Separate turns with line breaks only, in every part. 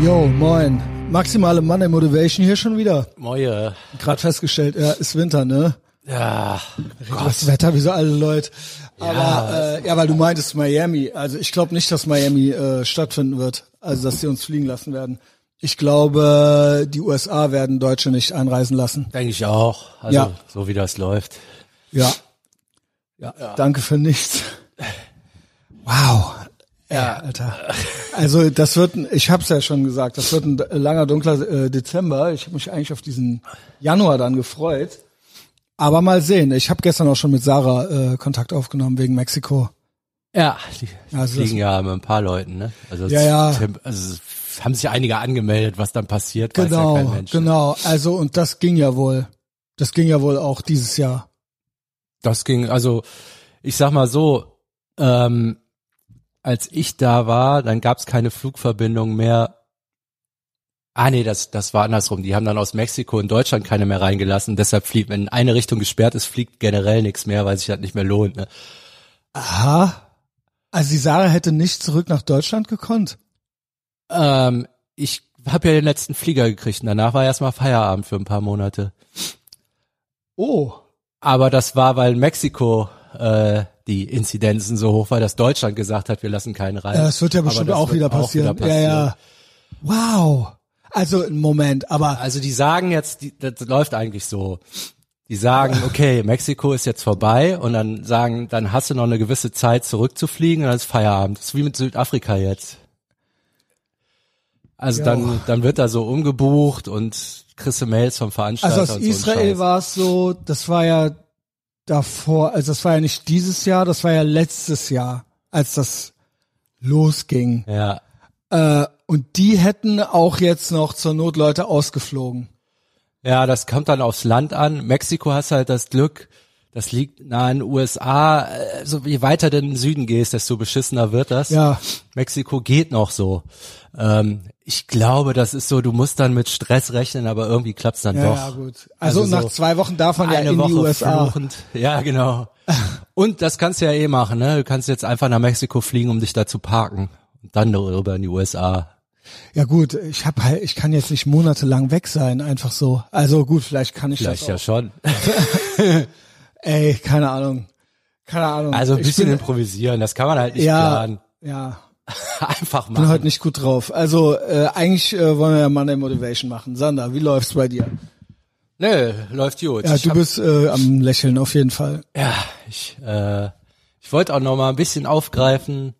Yo, moin. Maximale Money Motivation hier schon wieder.
Moje.
Gerade festgestellt, ja, ist Winter, ne?
Ja.
Das Wetter, wie so alle Leute. Aber ja, äh, ja weil du meintest Miami. Also ich glaube nicht, dass Miami äh, stattfinden wird. Also dass sie uns fliegen lassen werden. Ich glaube, die USA werden Deutsche nicht einreisen lassen.
Denke ich auch. Also
Ja.
so wie das läuft.
Ja. Ja. Danke für nichts. Wow. Ja, Alter. Also das wird, ein, ich hab's ja schon gesagt, das wird ein langer, dunkler äh, Dezember. Ich habe mich eigentlich auf diesen Januar dann gefreut. Aber mal sehen. Ich habe gestern auch schon mit Sarah äh, Kontakt aufgenommen wegen Mexiko.
Ja, die
Also das-
fliegen ja mit ein paar Leuten, ne? Also, es-
Ja, ja.
also es haben sich einige angemeldet, was dann passiert,
Genau,
weiß ja kein Mensch.
genau. Also und das ging ja wohl. Das ging ja wohl auch dieses Jahr.
Das ging, also ich sag mal so, ähm, als ich da war, dann gab es keine Flugverbindung mehr. Ah nee, das, das war andersrum. Die haben dann aus Mexiko in Deutschland keine mehr reingelassen. Deshalb fliegt, wenn eine Richtung gesperrt ist, fliegt generell nichts mehr, weil sich das nicht mehr lohnt. Ne?
Aha. Also die Sarah hätte nicht zurück nach Deutschland gekonnt.
Ähm, ich habe ja den letzten Flieger gekriegt und danach war erstmal Feierabend für ein paar Monate.
Oh.
Aber das war, weil in Mexiko äh, die Inzidenzen so hoch war, dass Deutschland gesagt hat, wir lassen keinen rein.
Ja, das Äh, wird ja
Aber
bestimmt
das
auch,
wird
wieder passieren. Ja, ja. Wow. Also, Moment, aber
Also die sagen jetzt, die, das läuft eigentlich so. Die sagen, okay, Mexiko ist jetzt vorbei und dann sagen, dann hast du noch eine gewisse Zeit zurückzufliegen und dann ist Feierabend. Das ist wie mit Südafrika jetzt. Also
Ja.
dann, dann wird da so umgebucht und kriegst du Mails vom Veranstalter.
also aus
und so ein
Israel
Scheiß.
war es so, das war ja davor, also das war ja nicht dieses Jahr, das war ja letztes Jahr, als das losging.
Ja,
Äh, und die hätten auch jetzt noch zur Not Leute ausgeflogen.
Ja, das kommt dann aufs Land an. Mexiko hast halt das Glück, das liegt nah in den USA. Äh, So je weiter du in den Süden gehst, desto beschissener wird das.
Ja.
Mexiko geht noch so. Ähm, ich glaube, das ist so, du musst dann mit Stress rechnen, aber irgendwie klappt's dann
Ja,
doch.
ja gut. Also,
Also
nach
so
zwei Wochen darf man ja
Eine
in
Woche
die USA.
fluchend. Ja, genau. Und das kannst du ja eh machen, ne? Du kannst jetzt einfach nach Mexiko fliegen, um dich da zu parken. Und dann rüber in die USA.
Ja gut, ich hab halt, ich kann jetzt nicht monatelang weg sein, einfach so. Also gut, vielleicht kann ich
Vielleicht
das auch.
ja schon.
Ey, keine Ahnung. Keine Ahnung.
Also ein
Ich
bisschen
bin-
improvisieren, das kann man halt nicht
ja,
planen.
ja.
Einfach
Bin
machen.
heute nicht gut drauf. Also äh, eigentlich äh, wollen wir ja Monday Motivation machen. Sander, wie läuft's bei dir?
Nö, läuft gut.
Ja,
ich
du bist äh, am Lächeln auf jeden Fall.
ja, ich, äh, ich wollte auch noch mal ein bisschen aufgreifen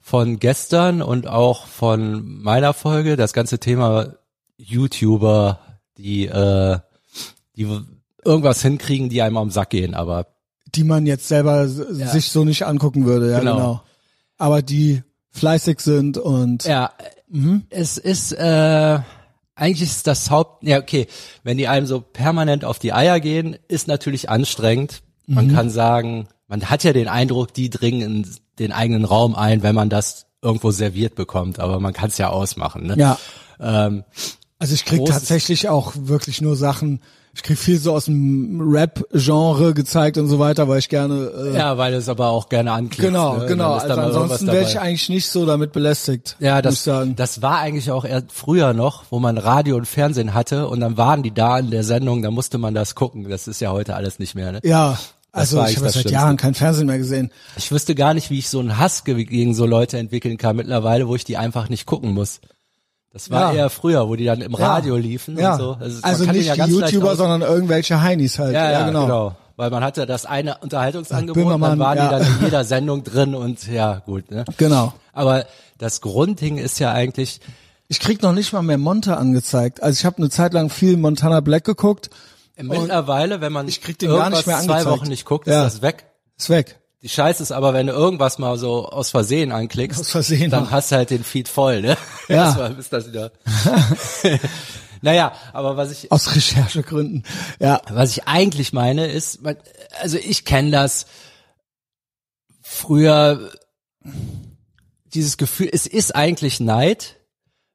von gestern und auch von meiner Folge, das ganze Thema YouTuber, die, äh, die w- irgendwas hinkriegen, die einem am Sack gehen, aber
Die man jetzt selber s- sich so nicht angucken würde. Ja, genau.
Genau.
Aber die fleißig sind und
Ja, äh,
Mhm.
es ist äh, eigentlich ist das Haupt. Ja, okay, wenn die einem so permanent auf die Eier gehen, ist natürlich anstrengend. Man
Mhm.
kann sagen, man hat ja den Eindruck, die dringen in den eigenen Raum ein, wenn man das irgendwo serviert bekommt. Aber man kann es ja ausmachen. Ne?
ja.
Ähm,
Also ich krieg
Großes-
tatsächlich auch wirklich nur Sachen. Ich krieg viel so aus dem Rap-Genre gezeigt und so weiter, weil ich gerne äh,
ja, weil es aber auch gerne anklickt.
genau,
ne?
genau.
Dann ist da
Also
mal irgendwas
ansonsten wäre ich
dabei.
eigentlich nicht so damit belästigt. muss
Ja,
ich
das,
sagen.
das war eigentlich auch erst früher noch, wo man Radio und Fernsehen hatte und dann waren die da in der Sendung, da musste man das gucken. Das ist ja heute alles nicht mehr. Ne?
ja, also ich
war eigentlich
habe
das
seit
Schlimmste.
Jahren kein Fernsehen mehr gesehen.
Ich wüsste gar nicht, wie ich so einen Hass ge- gegen so Leute entwickeln kann mittlerweile, wo ich die einfach nicht gucken muss. Das war
Ja.
eher früher, wo die dann im Radio liefen
ja.
und so. man
Also
kann den
nicht
ja
die
ganz leicht
YouTuber,
aus-
sondern irgendwelche Heinis halt.
ja, ja,
genau.
genau. Weil man hatte das eine Unterhaltungsangebot,
Böhmermann,
dann waren
ja.
die dann in jeder Sendung drin und ja, gut. Ne?
Genau.
Aber das Grundding ist ja eigentlich,
Ich krieg noch nicht mal mehr Monte angezeigt. Also ich habe eine Zeit lang viel Montana Black geguckt.
mittlerweile, wenn man
Ich krieg den gar
irgendwas
nicht mehr
zwei
angezeigt.
Wochen nicht guckt,
Ja.
ist das weg.
Ist weg.
Die Scheiße ist aber, wenn du irgendwas mal so aus Versehen anklickst,
Aus Versehen.
dann hast du halt den Feed voll, ne?
Genau. Ja.
Erstmal ist das wieder. naja, aber was ich,
Aus Recherchegründen. Ja.
was ich eigentlich meine, ist, man, also ich kenne das früher, dieses Gefühl, es ist eigentlich Neid,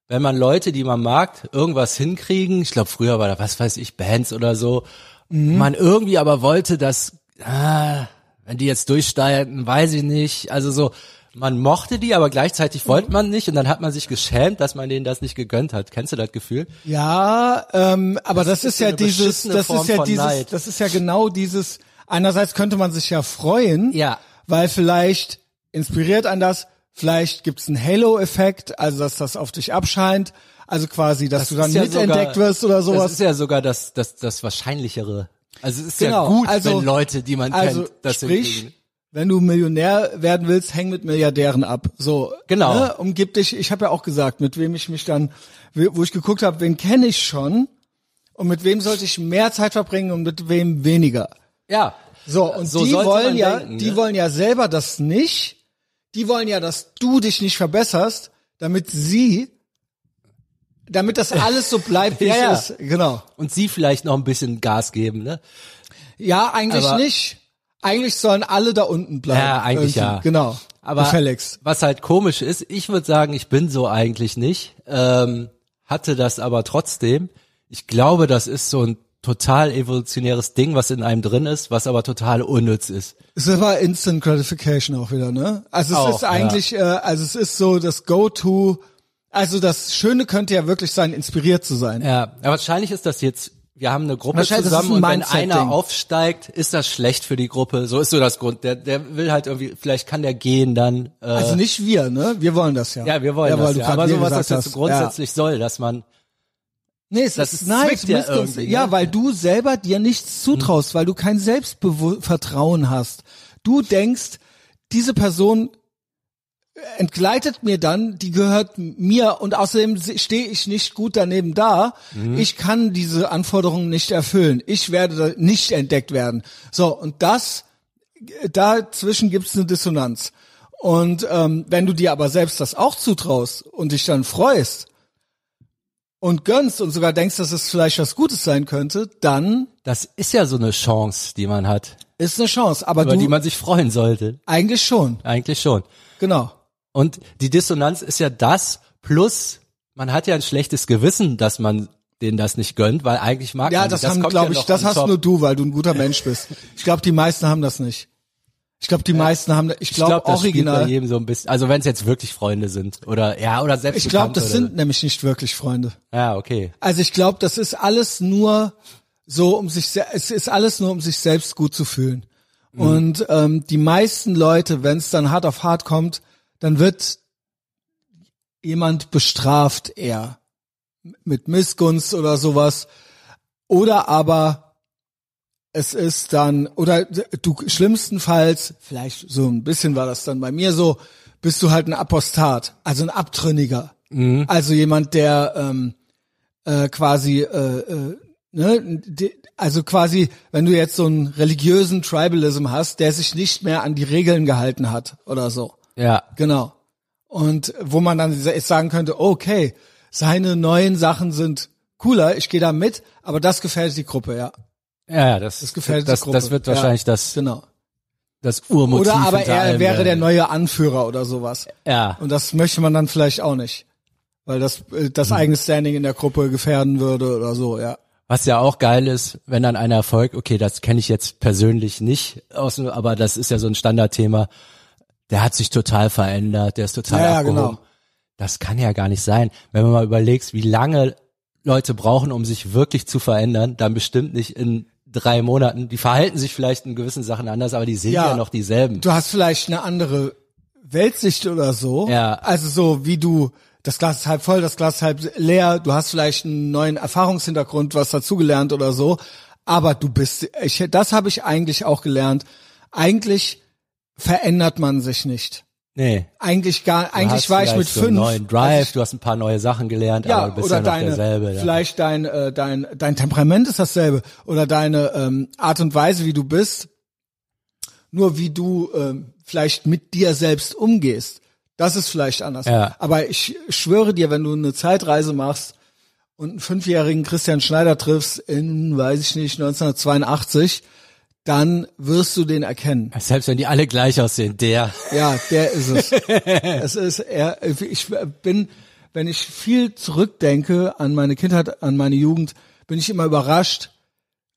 wenn man Leute, die man mag, irgendwas hinkriegen. Ich glaube, früher war da, was weiß ich, Bands oder so. Man irgendwie aber wollte, dass, ah, wenn die jetzt durchsteigen, weiß ich nicht. Also so, man mochte die, aber gleichzeitig wollte man nicht und dann hat man sich geschämt, dass man denen das nicht gegönnt hat. Kennst du das Gefühl?
Ja, ähm, aber das, ist, ja
eine
dieses,
beschissene
das
Form
ist ja
von
dieses,
Neid.
das ist ja genau dieses. Einerseits könnte man sich ja freuen,
Ja.
weil vielleicht inspiriert einen das, vielleicht gibt's einen Halo-Effekt, also dass das auf dich abscheint, also quasi, dass du dann
ist ja
mitentdeckt
sogar-
wirst oder
Das
sowas.
ist ja sogar das, das, das Wahrscheinlichere. Also es ist
Genau,
ja gut,
also-
wenn Leute, die man
Also
kennt, das
sprich,
hinkriegen.
wenn du Millionär werden willst, häng mit Milliardären ab. So
Genau.
Ne? Umgib dich. Ich habe ja auch gesagt, mit wem ich mich dann, wo ich geguckt habe, wen kenne ich schon und mit wem sollte ich mehr Zeit verbringen und mit wem weniger.
Ja.
So und
So
die
sollte
wollen
man
ja,
denken,
die
ne?
wollen ja selber das nicht. Die wollen ja, dass du dich nicht verbesserst, damit sie, damit das alles so bleibt, wie
Ja,
es
ja.
ist. Genau.
Und sie vielleicht noch ein bisschen Gas geben, ne?
Ja, eigentlich
Aber-
nicht. Eigentlich sollen alle da unten bleiben.
Ja, eigentlich ja.
Genau.
Aber
gefälligst.
was halt komisch ist, ich würde sagen, ich bin so eigentlich nicht, ähm, hatte das aber trotzdem. Ich glaube, das ist so ein total evolutionäres Ding, was in einem drin ist, was aber total unnütz ist.
Es war Instant Gratification auch wieder, ne? Also es
Auch,
ist eigentlich, äh, also es ist so das Go-To. Also das Schöne könnte ja wirklich sein, inspiriert zu sein.
Ja, aber wahrscheinlich ist das jetzt, wir haben eine Gruppe
Wahrscheinlich ist es ein
zusammen und wenn
Mindset-Ding.
einer aufsteigt, ist das schlecht für die Gruppe. So ist so das Grund. Der, der will halt irgendwie, vielleicht kann der gehen dann. Äh,
Also nicht wir, ne? Wir wollen das ja.
ja, wir wollen
weil
das
du
ja.
gerade
Aber
wir
sowas,
gesagt
das jetzt
hast.
grundsätzlich soll, dass man
Ja. Nee, es
das
ist
ist-
nein, es
zwickt ja Hm.
müsste uns,
irgendwie, ne?
ja, weil du selber dir nichts zutraust, weil du kein Selbstvertrauen hast. Du denkst, diese Person entgleitet mir dann, die gehört mir und außerdem se- stehe ich nicht gut daneben da.
Hm.
Ich kann diese Anforderungen nicht erfüllen. Ich werde da nicht entdeckt werden. So, und das, dazwischen gibt es eine Dissonanz. Und ähm, wenn du dir aber selbst das auch zutraust und dich dann freust und gönnst und sogar denkst, dass es vielleicht was Gutes sein könnte, dann
das ist ja so eine Chance, die man hat,
ist eine Chance. Aber
über
du
die man sich freuen sollte.
eigentlich schon,
Eigentlich schon.
genau.
Und die Dissonanz ist ja das plus man hat ja ein schlechtes Gewissen, dass man denen das nicht gönnt, weil eigentlich mag
Ja,
man
das,
die.
haben,
Also kommt
glaube
ja
ich, das hast
nur
nur du, weil du ein guter Mensch bist. Ich glaube, die meisten haben das nicht. Ich glaube, die meisten haben, ich
Ich
glaube,
glaube, das spielt bei
original.
jedem so ein bisschen. Also wenn es jetzt wirklich Freunde sind oder ja oder selbst
Ich glaube,
Bekannte
das
oder
sind nämlich nicht wirklich Freunde.
so. ja okay.
Also ich glaube, das ist alles nur so, um sich, se- es ist alles nur, um sich selbst gut zu fühlen. Und ähm, die meisten Leute, wenn es dann hart auf hart kommt, dann wird jemand bestraft eher mit Missgunst oder sowas. Oder aber es ist dann, oder du schlimmstenfalls, vielleicht so ein bisschen war das dann bei mir so, bist du halt ein Apostat, also ein Abtrünniger. Also jemand, der ähm, äh, quasi, äh, äh, ne, die, also quasi, wenn du jetzt so einen religiösen Tribalism hast, der sich nicht mehr an die Regeln gehalten hat oder so.
Ja,
Genau. Und wo man dann sa- sagen könnte, okay, seine neuen Sachen sind cooler, ich gehe da mit, aber das gefällt die Gruppe, ja.
ja, ja, das,
Das gefällt
das,
die Gruppe.
das wird
Ja,
wahrscheinlich das
Genau.
das Urmotiv
Oder aber
hinter
er
allem
wäre der
werden.
neue Anführer oder sowas.
Ja.
Und das möchte man dann vielleicht auch nicht. Weil das äh, das
Hm.
eigene Standing in der Gruppe gefährden würde oder so, ja.
Was ja auch geil ist, wenn dann einer folgt, okay, das kenne ich jetzt persönlich nicht, aus, dem- aber das ist ja so ein Standardthema. Der hat sich total verändert, der ist total
Ja, ja,
abgehoben.
genau.
Das kann ja gar nicht sein. Wenn man mal überlegst, wie lange Leute brauchen, um sich wirklich zu verändern, dann bestimmt nicht in drei Monaten. Die verhalten sich vielleicht in gewissen Sachen anders, aber die sind
Ja.
ja, noch dieselben.
du hast vielleicht eine andere Weltsicht oder so.
Ja.
Also so wie du das Glas ist halb voll, das Glas ist halb leer. Du hast vielleicht einen neuen Erfahrungshintergrund, was dazugelernt oder so. Aber du bist, ich, das habe ich eigentlich auch gelernt. Eigentlich verändert man sich nicht.
nee.
Eigentlich gar,
Du
eigentlich
hast
war ich
vielleicht
mit
so
fünf.
einen neuen
als
Drive,
ich-
du hast ein paar neue Sachen gelernt, aber
ja,
du bist
oder
ja noch
deine,
derselbe. ja.
vielleicht dein, äh, dein, dein Temperament ist dasselbe oder deine ähm, Art und Weise, wie du bist, nur wie du ähm, vielleicht mit dir selbst umgehst. Das ist vielleicht anders.
Ja.
Aber ich schwöre dir, wenn du eine Zeitreise machst und einen fünfjährigen Christian Schneider triffst in, weiß ich nicht, 1982, dann wirst du den erkennen.
Selbst wenn die alle gleich aussehen, der.
Ja, der ist es. es ist er. Ich bin, wenn ich viel zurückdenke an meine Kindheit, an meine Jugend, bin ich immer überrascht,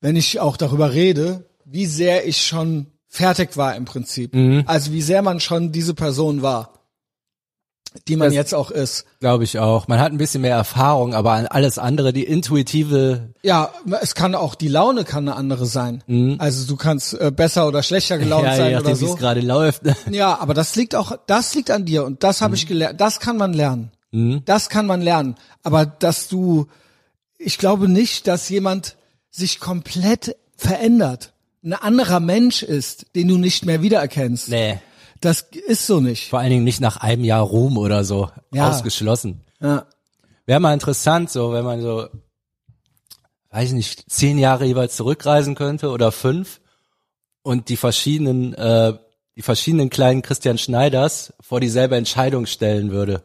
wenn ich auch darüber rede, wie sehr ich schon fertig war im Prinzip. Mhm. Also wie sehr man schon diese Person war, die man
Das-
jetzt auch ist.
Glaube ich auch. Man hat ein bisschen mehr Erfahrung, aber an alles andere, die intuitive,
Ja, es kann auch die Laune kann eine andere sein. Also du kannst äh, besser oder schlechter gelaunt
Mhm. ja, je
sein oder
nachdem, wie
so.
es gerade läuft.
Ja, aber das liegt auch, das liegt an dir und das habe
Mhm.
ich gelernt. Das kann man lernen. Das kann man lernen. Aber dass du, ich glaube nicht, dass jemand sich komplett verändert, ein anderer Mensch ist, den du nicht mehr wiedererkennst.
nee.
Das ist so nicht.
Vor allen Dingen nicht nach einem Jahr Ruhm oder so.
Ja.
Ausgeschlossen.
Ja.
Wäre mal interessant, so, wenn man so, weiß ich nicht, zehn Jahre jeweils zurückreisen könnte oder fünf und die verschiedenen, äh, die verschiedenen kleinen Christian Schneiders vor dieselbe Entscheidung stellen würde.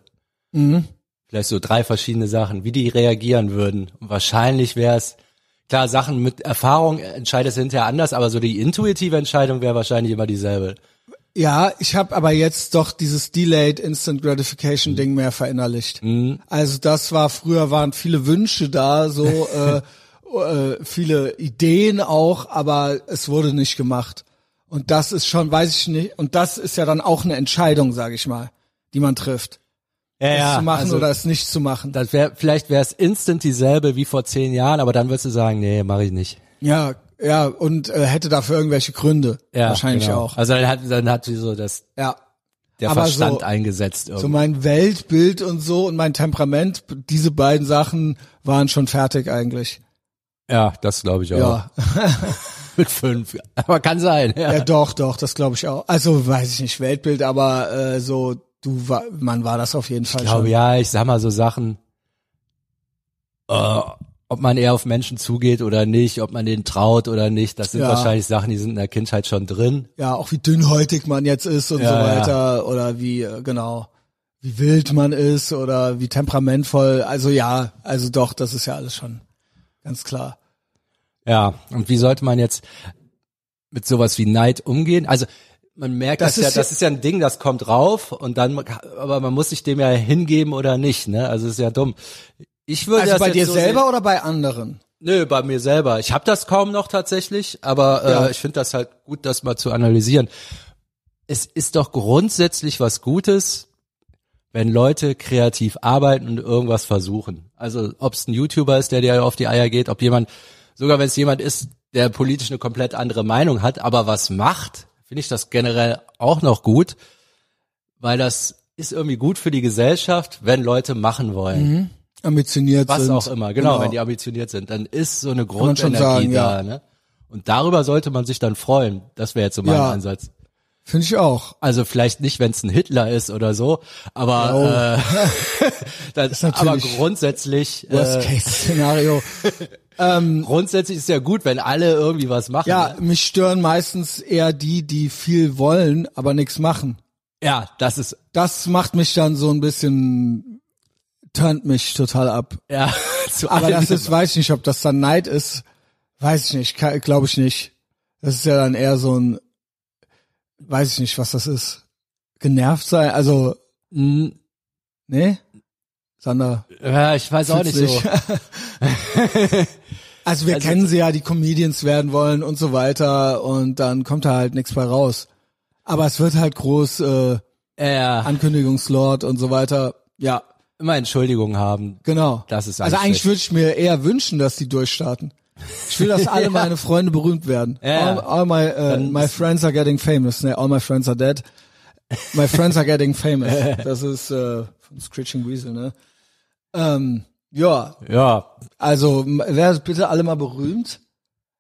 Mhm. Vielleicht so drei verschiedene Sachen, wie die reagieren würden. Und wahrscheinlich wäre es, klar, Sachen mit Erfahrung entscheidest du hinterher anders, aber so die intuitive Entscheidung wäre wahrscheinlich immer dieselbe.
Ja, ich habe aber jetzt doch dieses Delayed Instant
Mhm.
Gratification Ding mehr verinnerlicht. Also das war früher waren viele Wünsche da, so äh, äh, viele Ideen auch, aber es wurde nicht gemacht. Und das ist schon, weiß ich nicht, und das ist ja dann auch eine Entscheidung, sage ich mal, die man trifft,
Ja, also
es zu machen oder es nicht zu machen.
Das wär, vielleicht wäre es instant dieselbe wie vor zehn Jahren, aber dann würdest du sagen, nee, mache ich nicht.
ja, ja, und äh, hätte dafür irgendwelche Gründe, wahrscheinlich
genau.
auch.
Also dann hat, dann hat sie so das,
Ja.
der
Aber
Verstand
so-
eingesetzt irgendwie.
So mein Weltbild und so und mein Temperament, diese beiden Sachen waren schon fertig eigentlich.
ja, das glaube ich auch.
Ja,
Mit fünf. Aber kann sein. Ja.
ja doch, doch, das glaube ich auch. Also weiß ich nicht, Weltbild, aber äh, so du war, man war das auf jeden Fall
Ich glaube,
schon.
ja, ich sag mal so Sachen, äh, ob man eher auf Menschen zugeht oder nicht, ob man denen traut oder nicht, das sind
Ja.
wahrscheinlich Sachen, die sind in der Kindheit schon drin.
Ja, auch wie dünnhäutig man jetzt ist und
Ja,
so
ja.
weiter oder wie äh, genau wie wild man ist oder wie temperamentvoll. Also ja, also doch, das ist ja alles schon ganz klar.
Ja, und wie sollte man jetzt mit sowas wie Neid umgehen? Also man merkt,
Das
das,
ist
ja, das ist ja ein Ding, das kommt rauf und dann, aber man muss sich dem ja hingeben oder nicht, ne? Also ist ja dumm. Ich würde
Also
das
bei
jetzt
dir
so
selber
Sehen,
oder bei anderen?
nö, bei mir selber. Ich habe das kaum noch tatsächlich, aber
Ja.
äh, ich finde das halt gut, das mal zu analysieren. Es ist doch grundsätzlich was Gutes, wenn Leute kreativ arbeiten und irgendwas versuchen. Also ob es ein YouTuber ist, der dir auf die Eier geht, ob jemand, sogar wenn es jemand ist, der politisch eine komplett andere Meinung hat, aber was macht, finde ich das generell auch noch gut, weil das ist irgendwie gut für die Gesellschaft, wenn Leute machen wollen.
Ambitioniert
Was
sind.
auch immer, genau, wenn die ambitioniert sind, dann ist so eine
man schon
Grundenergie
sagen,
da,
ja.
ne? Und darüber sollte man sich dann freuen. Das wäre jetzt so mein
Ja.
Ansatz.
Finde ich auch.
Also vielleicht nicht, wenn es ein Hitler ist oder so, aber äh, das,
ist
aber
natürlich
grundsätzlich
Worst
äh,
Case Szenario.
grundsätzlich ist ja gut, wenn alle irgendwie was machen.
Ja,
ne?
mich stören meistens eher die, die viel wollen, aber nichts machen.
ja, das ist
Das macht mich dann so ein bisschen, turnt mich total ab.
ja zu
Aber
allem-
das ist, weiß ich nicht, ob das dann Neid ist, weiß ich nicht, glaube ich nicht. Das ist ja dann eher so ein, weiß ich nicht, was das ist. Genervt sein, also,
Hm,
nee? Sander,
ja, ich weiß auch nicht so.
Fühlt's also wir
Also-
kennen sie ja, die Comedians werden wollen und so weiter und dann kommt da halt nichts bei raus. Aber es wird halt groß, äh,
Ja,
Ankündigungslord und so weiter. Ja,
immer Entschuldigungen haben.
genau.
Das ist
also eigentlich
eigentlich
würde ich mir eher wünschen, dass die durchstarten. Ich will, dass alle meine Freunde berühmt werden. All,
Ja.
all my äh, my friends are getting famous. Ne, all my friends are dead. My friends are getting famous. Das ist äh, von Screeching Weasel, ne? Ähm, ja,
Ja,
also m- werdet bitte alle mal berühmt.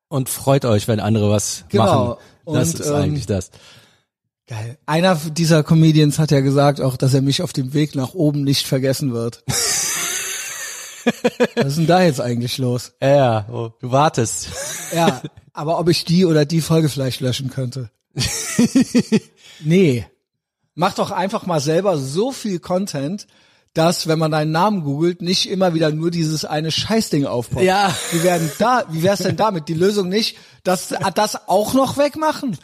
und freut euch, wenn andere was
Genau.
machen. Das
Und,
ist
ähm,
eigentlich das.
Geil. Einer dieser Comedians hat ja gesagt auch, dass er mich auf dem Weg nach oben nicht vergessen wird. Was ist denn da jetzt eigentlich los?
Ja, oh, du wartest.
Ja, aber ob ich die oder die Folge vielleicht löschen könnte. nee. Mach doch einfach mal selber so viel Content, dass, wenn man deinen Namen googelt, nicht immer wieder nur dieses eine Scheißding aufpoppt.
Ja.
Wie, werden da, wie wär's denn damit? Die Lösung nicht, dass ah, das auch noch wegmachen,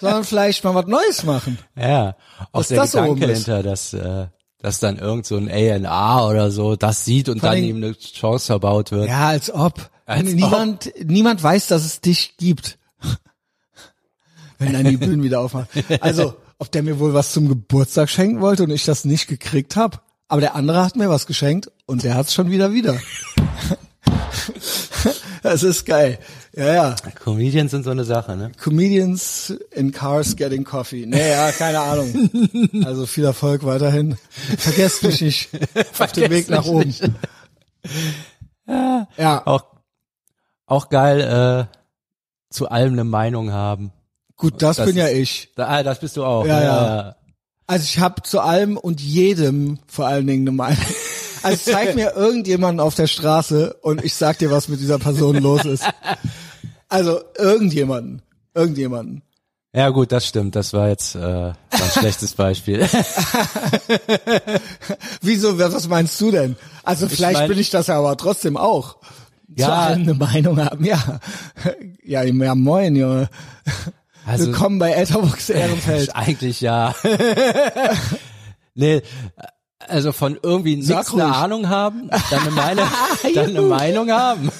sondern vielleicht mal was Neues machen.
Ja, auch
Dass
der
das oben
Gedanke
ist.
hinter, dass, äh, dass dann irgend so ein A&R oder so das sieht und
Vor
dann
allen
ihm eine Chance verbaut wird.
Ja, als ob.
Als
niemand, niemand weiß, dass es dich gibt. wenn dann die Bühnen wieder aufmachen. Also, ob der mir wohl was zum Geburtstag schenken wollte und ich das nicht gekriegt habe. Aber der andere hat mir was geschenkt und der hat's schon wieder wieder. das ist geil. Ja, ja.
Comedians sind so eine Sache, ne?
Comedians in Cars Getting Coffee. Naja, keine Ahnung. Also viel Erfolg weiterhin. Vergesst mich nicht auf dem Weg
Vergesst
nach
mich
oben.
Ja.
Ja,
Auch, auch geil, äh, zu allem eine Meinung haben.
gut, das,
Das
bin ja
ist-
ich.
Da, ah, das bist du auch.
Ja, ja. Also ich habe zu allem und jedem vor allen Dingen eine Meinung. Also zeig mir irgendjemanden auf der Straße und ich sag dir, was mit dieser Person los ist. Also irgendjemanden, irgendjemanden.
Ja, gut, das stimmt. Das war jetzt äh, war ein schlechtes Beispiel.
Wieso, wer- was meinst du denn? Also vielleicht
mein-
bin ich das ja aber trotzdem auch. Zu
Ja.
allem eine Meinung haben, ja. Ja, ja moin, Junge.
Also
Willkommen bei Etherbox Ehrenfeld.
eigentlich ja. nee, also von irgendwie
Sag
nichts eine
ruhig.
Ahnung haben, dann eine Meinung, dann eine Meinung haben.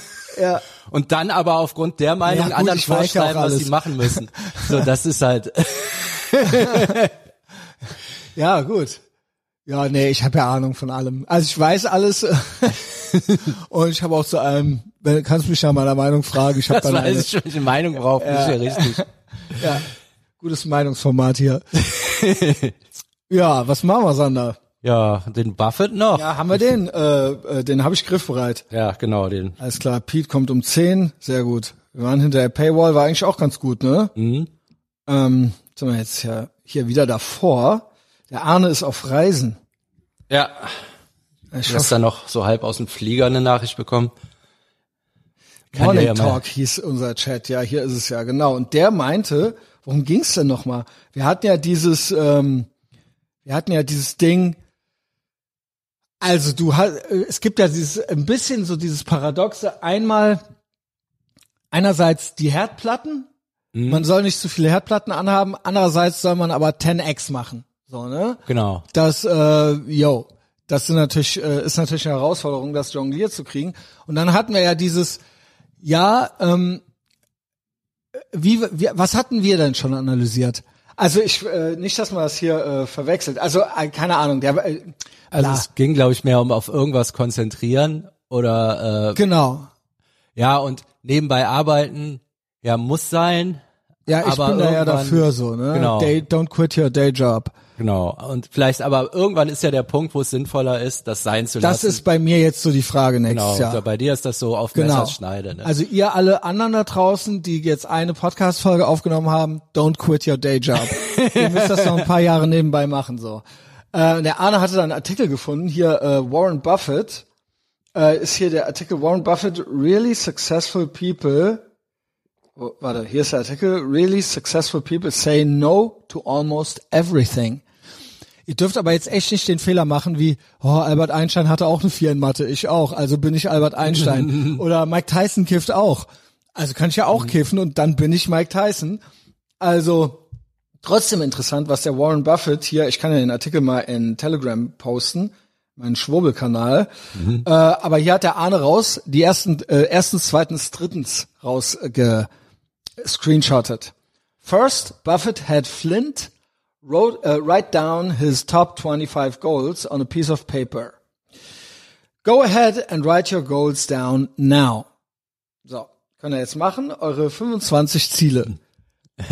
Ja.
Und dann aber aufgrund der Meinung
Ja, gut,
anderen
ich weiß ja auch
vorschreiben, was
alles.
sie machen müssen. So, das ist halt.
Ja, gut. Ja, nee, ich habe ja Ahnung von allem. Also ich weiß alles und ich habe auch zu allem, wenn- kannst mich nach meiner Meinung fragen, ich habe
Das
dann
weiß
eine,
ich schon, welche Meinung braucht nicht ja richtig.
ja, gutes Meinungsformat hier. ja, was machen wir, Sander?
Ja, den Buffett noch. Ja,
Ja, haben wir den? Äh, äh, den habe ich griffbereit.
genau, den.
Alles klar, Pete kommt um 10, sehr gut. Wir waren hinter der Paywall, war eigentlich auch ganz gut, ne?
Mhm.
Ähm, sind wir jetzt ja hier wieder davor. Der Arne ist auf Reisen.
Ja,
Ich
du hast dann noch so halb aus dem Flieger eine Nachricht bekommen. Kann
Morning
ja mal-
Talk hieß unser Chat, ja, hier ist es ja, genau. Und der meinte, worum ging's denn nochmal? Wir hatten ja dieses, ähm, wir hatten ja dieses Ding, also du hast, es gibt ja dieses, ein bisschen so dieses Paradoxe, einmal, einerseits die Herdplatten,
Mhm.
man soll nicht zu viele Herdplatten anhaben, andererseits soll man aber 10x machen, so, ne?
Genau.
dass äh, yo, das sind natürlich äh, ist natürlich eine Herausforderung, das jongliert zu kriegen. Und dann hatten wir ja dieses, ja, ähm, äh, wie, wie was hatten wir denn schon analysiert? Also ich äh, nicht, dass man das hier äh, verwechselt. Also äh, keine Ahnung. Der, äh,
Also
bla.
es ging, glaube ich, mehr um auf irgendwas konzentrieren oder äh,
genau.
ja und nebenbei arbeiten. Ja, muss sein.
Ja, ich
aber
bin da ja
irgendwann-
dafür so. Ne?
Genau.
Day, don't quit your day job.
Genau. Und vielleicht, aber irgendwann ist ja der Punkt, wo es sinnvoller ist, das sein zu
Das
lassen.
ist bei mir jetzt so die Frage nächstes
genau.
Jahr.
Oder bei dir ist das so auf
Genau.
Messerschneide. Ne?
Also ihr alle anderen da draußen, die jetzt eine Podcast-Folge aufgenommen haben, don't quit your day job. ihr müsst das noch ein paar Jahre nebenbei machen, so. Äh, der Arne hatte da einen Artikel gefunden, hier äh, Warren Buffett, äh, ist hier der Artikel Warren Buffett, Really Successful People, oh, warte, hier ist der Artikel, Really Successful People say no to almost everything. Ihr dürft aber jetzt echt nicht den Fehler machen wie, oh, Albert Einstein hatte auch eine Vier in Mathe, ich auch, also bin ich Albert Einstein. Oder Mike Tyson kifft auch. Also kann ich ja auch kiffen und dann bin ich Mike Tyson. Also trotzdem interessant, was der Warren Buffett hier, ich kann ja den Artikel mal in Telegram posten, meinen Schwurbelkanal. Äh, aber hier hat der Arne raus, die ersten, äh, erstens, zweitens, drittens raus äh, ge, screenshotted. First, Buffett had Flint wrote, uh, write down his top 25 goals on a piece of paper. Go ahead and write your goals down now. So, könnt ihr jetzt machen, eure 25 Ziele.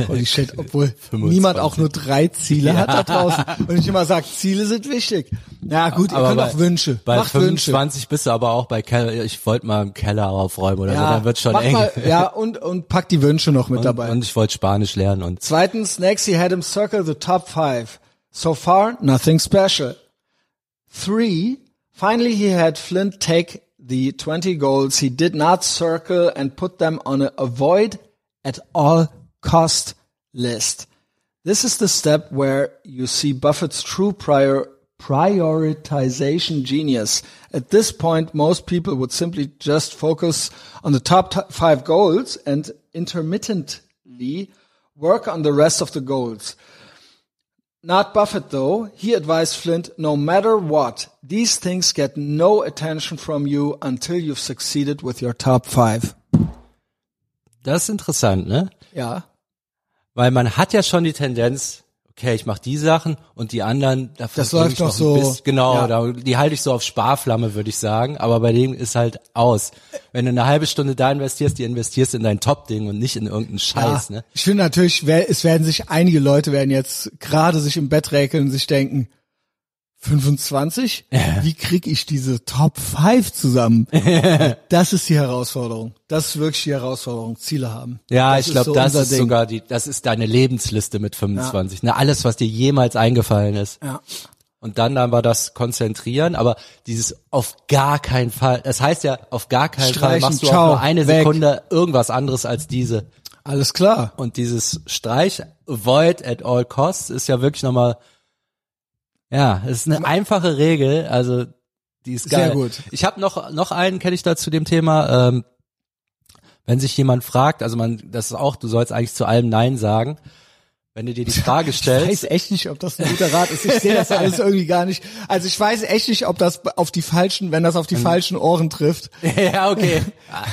Holy shit, obwohl niemand auch nur drei Ziele hat da draußen. Und ich immer sage, Ziele sind wichtig. Na gut, ihr
aber
könnt
bei-
auch Wünsche.
Bei
Macht Wünsche.
25 bist du aber auch bei Keller. Ich wollte mal im Keller aufräumen oder so. Dann wird schon
mach
eng.
Mal, ja, und, und pack die Wünsche noch mit dabei.
Und ich wollte Spanisch lernen und
Zweitens, next he had him circle the top five. So far, nothing special. Three, finally he had Flint take the 20 goals he did not circle and put them on a avoid at all cost list. This is the step where you see Buffett's true prior prioritization genius. At this point, most people would simply just focus on the top t- five goals and intermittently work on the rest of the goals. Not Buffett though. He advised Flint, no matter what, these things get no attention from you until you've succeeded with your top five.
das ist interessant, ne?
Ja.
Weil man hat ja schon die Tendenz, okay, ich mache die Sachen und die anderen, da
Das läuft
versuch ich
noch
ein
so,
bisschen- genau,
ja.
da, die halte ich so auf Sparflamme, würde ich sagen. Aber bei dem ist halt aus. Wenn du eine halbe Stunde da investierst, die investierst in dein Top-Ding und nicht in irgendeinen Scheiß,
Ja,
ne?
Ah, Ich finde natürlich, wer- es werden sich einige Leute werden jetzt gerade sich im Bett räkeln und sich denken, 25? Wie krieg ich diese Top 5 zusammen? das ist die Herausforderung. Das ist wirklich die Herausforderung. Ziele haben.
Ja, ich
ist
glaube,
so
das
unser
ist
Ding.
sogar die, das ist deine Lebensliste mit 25. Ne? Alles, was dir jemals eingefallen ist.
Ja.
Und dann aber das konzentrieren, aber dieses auf gar keinen Fall, das heißt ja, auf gar keinen Fall
Streichen,
machst du
ciao,
auch nur eine
weg.
Sekunde irgendwas anderes als diese.
Alles klar.
Und dieses Streich, avoid at all costs, ist ja wirklich nochmal, ja, es ist eine einfache Regel, also die ist geil.
Sehr gut.
Ich habe noch, noch einen, kenne ich da zu dem Thema, ähm, wenn sich jemand fragt, also man, das ist auch, du sollst eigentlich zu allem Nein sagen, wenn du dir die Frage
Ich
stellst,
weiß echt nicht, ob das ein guter Rat ist. Ich sehe das alles irgendwie gar nicht. Also ich weiß echt nicht, ob das auf die falschen, wenn das auf die
Mhm.
falschen Ohren trifft.
ja, okay,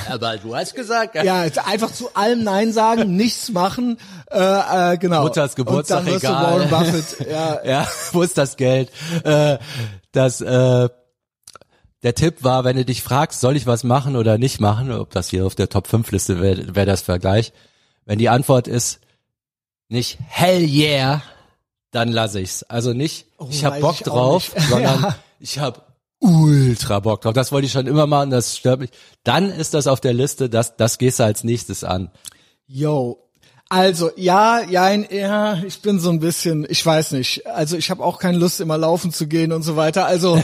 aber du hast gesagt,
Ja, jetzt einfach zu allem Nein sagen, nichts machen, äh, äh, genau.
Mutters
Und
Geburtstag
dann wirst du
egal.
Warren Buffett, ja,
ja, wo ist das Geld? Äh, das, äh, der Tipp war, wenn du dich fragst, soll ich was machen oder nicht machen, ob das hier auf der Top 5 Liste wäre wär das Vergleich. Wenn die Antwort ist nicht hell yeah, dann lasse ich's. Also nicht ich hab
Oh, weiß
Bock
ich auch
drauf,
nicht.
sondern
Ja.
ich hab ultra Bock drauf. Das wollte ich schon immer machen, das stört mich. Dann ist das auf der Liste, das das gehst du als nächstes an.
Yo. Also, ja, jein, ja, ich bin so ein bisschen, ich weiß nicht. Also, ich habe auch keine Lust, immer laufen zu gehen und so weiter. Also,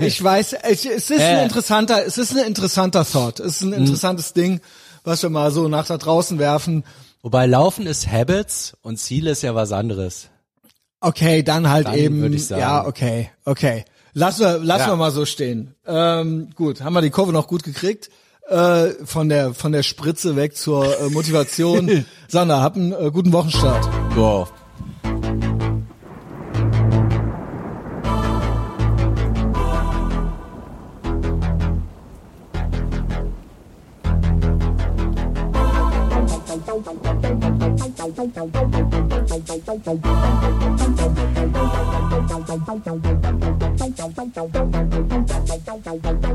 ich weiß, es, es ist ein
Äh. Hm.
interessanter, es ist ein interessanter Thought. Es ist ein interessantes Ding, was wir mal so nach da draußen werfen.
Wobei Laufen ist Habits und Ziel ist ja was anderes.
Okay, dann halt
Dann
eben.
würd ich sagen.
Ja, okay, okay. Lassen wir, lassen
Ja.
wir mal so stehen. Ähm, gut, haben wir die Kurve noch gut gekriegt. Äh, von der von der Spritze weg zur äh, Motivation. Sander, hab einen äh, guten Wochenstart.
Wow.
Thank you.